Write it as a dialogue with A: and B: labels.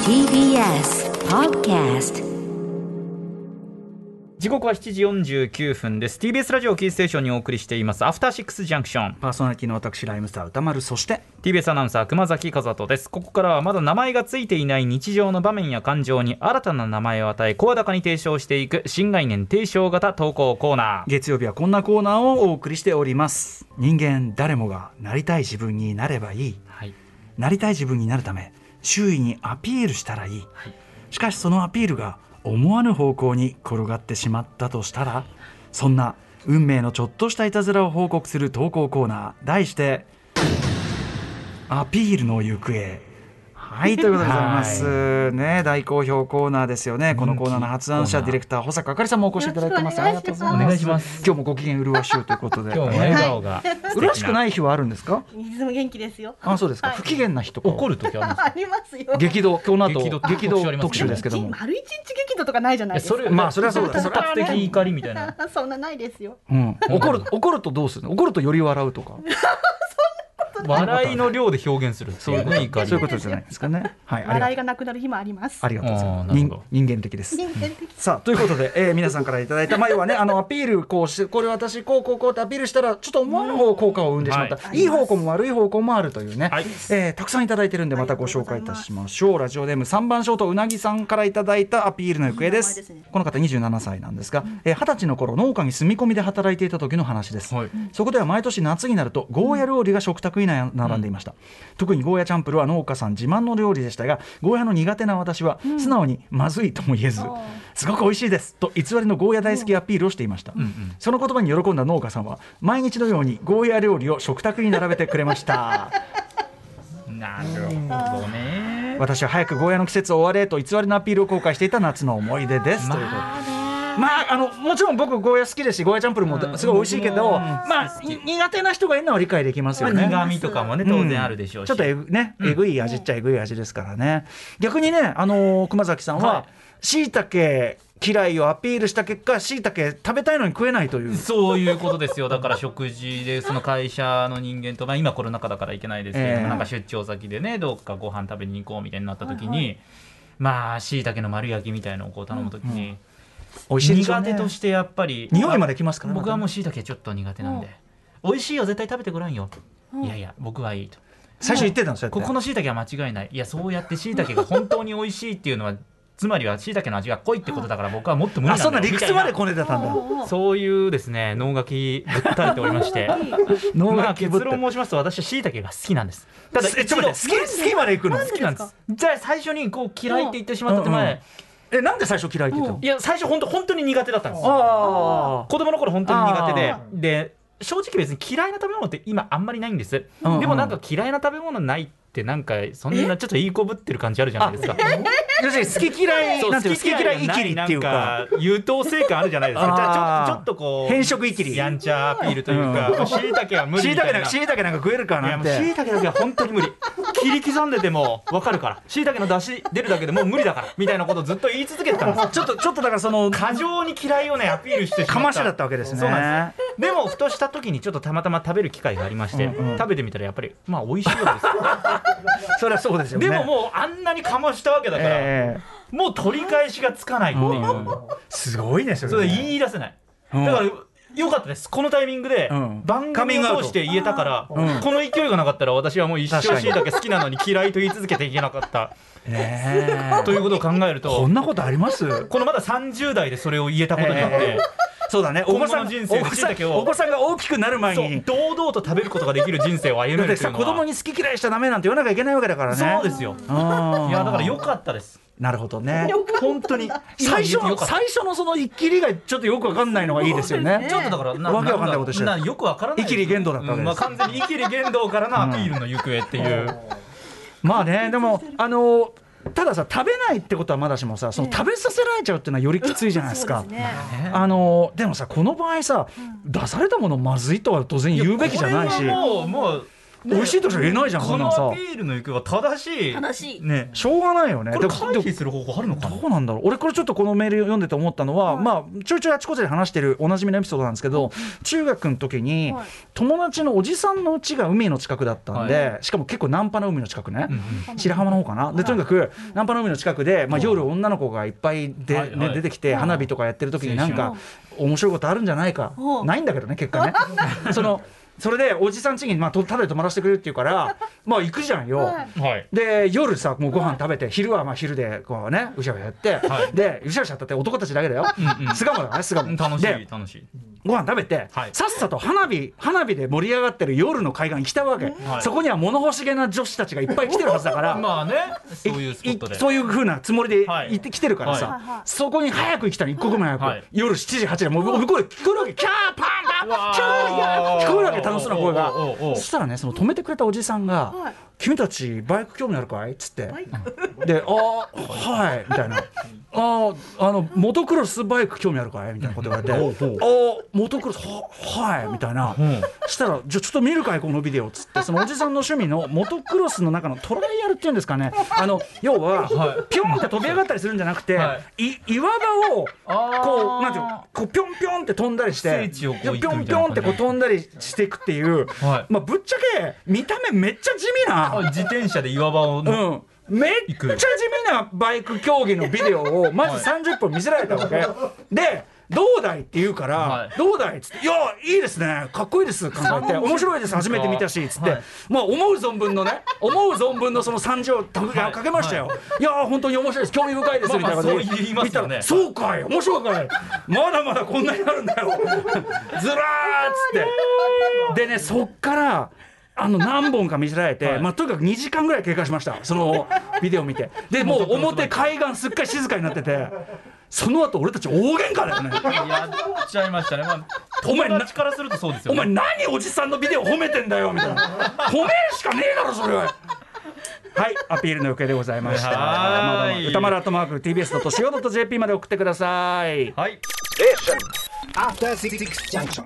A: TBS Podcast
B: 時刻は7時49分です TBS ラジオキーステーションにお送りしていますアフターシックスジャンクション
C: パーソナリティの私ライムスター歌丸そして
B: TBS アナウンサー熊崎和人ですここからはまだ名前がついていない日常の場面や感情に新たな名前を与え声高に提唱していく新概念提唱型投稿コーナー
C: 月曜日はこんなコーナーをお送りしております人間誰もがなりたい自分になればいい
B: はい
C: なりたい自分になるため周囲にアピールしたらいい
B: はい
C: しかしそのアピールが思わぬ方向に転がってしまったとしたらそんな運命のちょっとしたいたずらを報告する投稿コーナー題してアピールの行方はいということでございます、ね大好評コーナーですよねこのコーナーの発案者
B: 人気コーナー
C: ディレクター保坂あかりさんもお越しいただいてます
D: よ
C: あり
D: ろ
C: が
D: し
C: と
D: く
C: う
D: お
C: ござい
D: 願
B: い
C: ま
B: しますす
C: 今日もご機嫌麗しいということで
B: 今日も笑顔が素敵な、
C: 嬉しくない日はあるんですか
D: いつも元気ですよ。
C: あそうですか、
D: はい
C: 不機嫌な日とかは
B: 怒る時あるんです
D: ありますよ。
C: 激動今日の
B: 激動
C: 後
B: 特集あり
C: 激動
B: ますね
C: 特集ですけど
D: 一
C: も
D: 丸一日激怒とかないじゃな
B: か
D: いですか。
B: それ
C: まあそれはそうだ
B: 突発的怒りみたいな
D: そんなないですよ。
C: うん、怒る怒るとどうするの怒るとより笑うとか
B: 笑いの量で表現するそういうね怒り
C: そういうことじゃないですかねはいありがと
D: 笑いうがなくなる日もあります。
C: ありがとうござい
B: あー
C: ま
B: なる
C: す
B: ほ
C: 人
B: ど
C: 人間的です
D: 人間的。
C: さあということで、えー、皆さんからいただいたまあ要はねあのアピールこうしてこれ私こうこうこうってアピールしたらちょっと思わぬ方効果を生んでしまった、
D: はい
C: い、い方向も悪い方向もあるというね、
B: はい
C: えーたくさんいただいてるんでまたご紹介いたしましょうラジオネーム3番ショートうなぎさんからいただいたアピールの行方です
D: いい名前ですね
C: この方27歳なんですがえー二十、歳の頃農家に住み込みで働いていた時の話です、
B: はい
C: そこでは毎年夏になるとゴーヤ料理が食卓にな並んでいました、特にゴーヤチャンプルは農家さん自慢の料理でしたがゴーヤの苦手な私は素直にまずいとも言えず、すごく美味しいですと偽りのゴーヤ大好きアピールをしていました、その言葉に喜んだ農家さんは毎日のようにゴーヤ料理を食卓に並べてくれました
B: なるほどね
C: 私は早くゴーヤの季節を終われと偽りのアピールを後悔していた夏の思い出です、ということでまあ、あのもちろん僕ゴーヤ好きですしゴーヤチャンプルもすごい美味しいけど、
B: うん
C: まあ、い苦手な人がいるのは理解できます
B: ま
C: よ
B: あ
C: ね。
B: 苦味とかもね当然あるでしょうし、
C: ちょっとえぐ,、ね、えぐい味っちゃえぐい味ですからね、逆にね、あのー熊崎さん
B: は
C: はしいたけ嫌いをアピールした結果しいたけ食べたいのに食えないという
B: そういうことですよ。だから食事でその会社の人間と、まあ、今コロナ禍だから行けないですけれども、
C: ええ
B: なんか出張先でねどっかご飯食べに行こうみたいになった時に、まあしいたけの丸焼きみたいのをこう頼む時に、
C: 美味しいですよ
B: 苦
C: ね
B: 手としてやっぱり
C: 匂いまできますからね
B: 僕はもうしいたけちょっと苦手なんで、美味しいよ絶対食べてごらんよ、いやいや僕はいいと。
C: 最初言ってたんですよ
B: ここのしいたけは間違いないいやそうやってしいたけが本当に美味しいっていうのはつまりはしいたけの味が濃いってことだから僕はもっと無理な
C: あ
B: んだよ
C: そんな理
B: みた
C: 屈
B: い
C: までこねてたんだ
B: そういうですね能書きぶったれておりま して。
C: 脳
B: まあ、
C: が気ぶ
B: 結
C: って
B: 論申しますと私は椎茸が好きなんですただ
C: えちょっと待って好き好きまで行くの
B: 好きなんですじゃあ最初にこう嫌いって言ってしまった手前、
C: えなんで最初嫌いって言ったの
B: いや最初本当本当に苦手だったんです
C: あ
B: 子供の頃本当に苦手で
C: あ
B: で正直別に嫌いな食べ物って今あんまりないんです、
C: うんうん
B: でもなんか嫌いな食べ物ないってなんかそんなちょっといいこぶってる感じあるじゃないですか
C: あ要するに好き嫌
B: そ
C: いうなんていうの好き嫌いいきりっていう
B: な
C: か
B: ん優等生感あるじゃないですか
C: あー
B: じゃあちょっとちょっとこう
C: 変色いきり
B: やんちゃアピールというか、
C: うん
B: もう椎茸は無理
C: しい
B: み
C: た
B: たい
C: けなん
B: な
C: かしいたけなんか食えるか
B: いや
C: なん
B: もう椎
C: て
B: 茸だけは本当に無理切り刻んでても分かるから椎茸の出汁出るだけでもう無理だからみたいなことをずっと言い続けてたんです よ
C: ちょっとちょっとだからその
B: 過剰に嫌いをねアピールしてしまった
C: かましだったわけですね
B: そうなんですでもふとした時にちょっとたまたま食べる機会がありまして、
C: うんうん
B: 食べてみたらやっぱりまあ美味しいわ
C: それはそうで
B: け
C: すよ
B: です
C: ね
B: よでももうあんなにかましたわけだから、
C: ええ
B: もう取り返しがつかないっていう、
C: すごいねそ
B: それ
C: れね
B: 言い出せない、
C: うん
B: だからよかったですこのタイミングで
C: うん
B: 番
C: カミン
B: 組
C: グアウ
B: を
C: ト
B: 通して言えたから、
C: うん
B: この勢いがなかったら私はもう一
C: 確
B: 生
C: かに
B: しいたけ好きなのに嫌いと言い続けていけなかった
C: ねえ
B: ということを考える
C: ことんなことあります
B: このまだ30代でそれを言えたことによって、
C: えそうだねお子さん
B: 今後の
C: が
B: 人生
C: お子さ
B: 椎茸
C: ん
B: を
C: お子さんが大きくなる前
B: そう
C: に
B: 堂々と食べることができる人生を歩め
C: だ
B: る
C: って
B: という
C: さ
B: の
C: 子
B: は
C: 供に好き嫌いしちゃダメなんて言わなきゃいけないわけだからね
B: そうですよ、いやだから良かったです
C: なるほどね
B: 本当に今言え
C: 最初
B: てよ
C: の
B: かった
C: 最初のその一気りがちょっとよくわかんないのがいいですよね
B: ちょっとだから
C: わけわかんないことしてる
B: なよくわからない
C: イキリ言動だったわけです
B: まあ、完全にイキリ言動からのアピールの行方っていう、
C: まあ ねでもあのたださ食べないってことはまだしもさその食べさせられちゃうっていうのはよりきついじゃないですか
D: そうですね。
C: あのでもさこの場合さ出されたものまずいとは当然言うべきじゃないし
B: これはもうもう
C: 美味しいとしか言えないじゃんこ
B: こ
C: んなんさ
B: のアピールの行方は正しい
A: 悲しい。
C: ねしょうがないよね
B: こ
C: で
B: れ
C: も
B: 回避する方法あるのかな
C: どうなんだろう俺これちょっとこのメール読んでて思ったのは、まあちょいちょいあちこちで話してるおなじみのエピソードなんですけど、中学の時に、
D: はい
C: 友達のおじさんの家が海の近くだったんで、
B: は
C: しかも結構ナンパの海の近くね、
B: うんうん
C: 白浜の方かな、でとにかくナンパの海の近くで、まあ、夜女の子がいっぱいで、
B: はいはい
C: ね、出てきて花火とかやってる時になんか
D: 青
C: 面白いことあるんじゃないか
D: お
C: ないんだけどね結果ねそのそれでおじさん家に、まあ、とただで泊まらせてくれるっていうからまあ行くじゃんよ。
D: はい
B: はい
C: で夜さもうご飯食べて昼はまあ昼でこうねうしゃうしゃやって、
B: はい
C: でうしゃうしゃやったって男たちだけだよ
B: うんうん
C: 巣鴨だからね巣
B: う
C: 鴨
B: ん楽し
C: で
B: い楽しい
C: ご飯食べて、
B: はい
C: さっさと花火花火で盛り上がってる夜の海岸に来たわけ、
B: はい
C: そこには物欲しげな女子たちがいっぱい来てるはずだか ら、
B: まあねそういうスポットで
C: いそういうふうなつもりで
B: はい
C: 行ってきてるからさ、
D: はいはい
C: そこに早く行きたの一刻も早く、
B: はい
C: 夜7時8時もう向こうで聞こえるわけキャーパンパンキャーキャー聞こえるわけ楽しそうな声が
B: おうおうおうおう
C: そしたらねその止めてくれたおじさんが「
D: はい
C: 君たちバイク興味あるかい?」っつって
D: はい
C: で「ああはい」みたいな「あーあのモトクロスバイク興味あるかい?」みたいなこと言われて「あ
B: ほうほう
C: ーモトクロスははい」みたいな。
B: うん
C: したら「じゃあちょっと見るかいこのビデオ」っつってそのおじさんの趣味のモトクロスの中のトライアルっていうんで すかねあの要は
B: はい
C: ピョンって飛び上がったりするんじゃなくて、、
B: はい
C: 岩場を
B: あー
C: こうなんていうのこうピョンピョンって飛んだりして
B: 聖地をこう
C: ピョンピ
B: 行くみたい
C: ョ
B: な
C: ンってこう飛んだりしていくっていう、
B: はい
C: まあ、ぶっちゃけ見た目めっちゃ地味な
B: あ。自転車で岩場を
C: うんめっちゃ地味なバイク競技のビデオをまず30分見せられたわけ、で「どうだい?」って言うから「
B: はい
C: どうだい?」っつって「いやいいですねかっこいいです」考えて「面白いです初めて見たし」っつって、
B: はい
C: まあ思う存分のね思う存分のその惨状をたぶ
B: はい
C: かけましたよ、い、や本当に面白いです興味深いです
B: まあ
C: みたいな
B: まあ
C: 感
B: そう言
C: じ
B: い
C: で
B: ますよね
C: 見たらそうかい面白いかいまだまだこんなになるんだよずらーっつってでねそっからあの何本か見せられて、
B: はい
C: まあ、とにかく2時間ぐらい経過しましたそのビデオ見てでもう表海岸すっかり静かになっててその後俺たち大喧嘩だよね
B: やっちゃいましたねまあ
C: お前
B: 友達からするとそうですよ
C: お前
B: ね
C: 何おじさんのビデオ褒めてんだよみたいな褒めるしかねえだろそれははいアピールの余計でございました
B: はーい
C: まだまだ歌丸アットマーク TBS.CO.JP まで送ってください
B: はい
E: After Six Junction.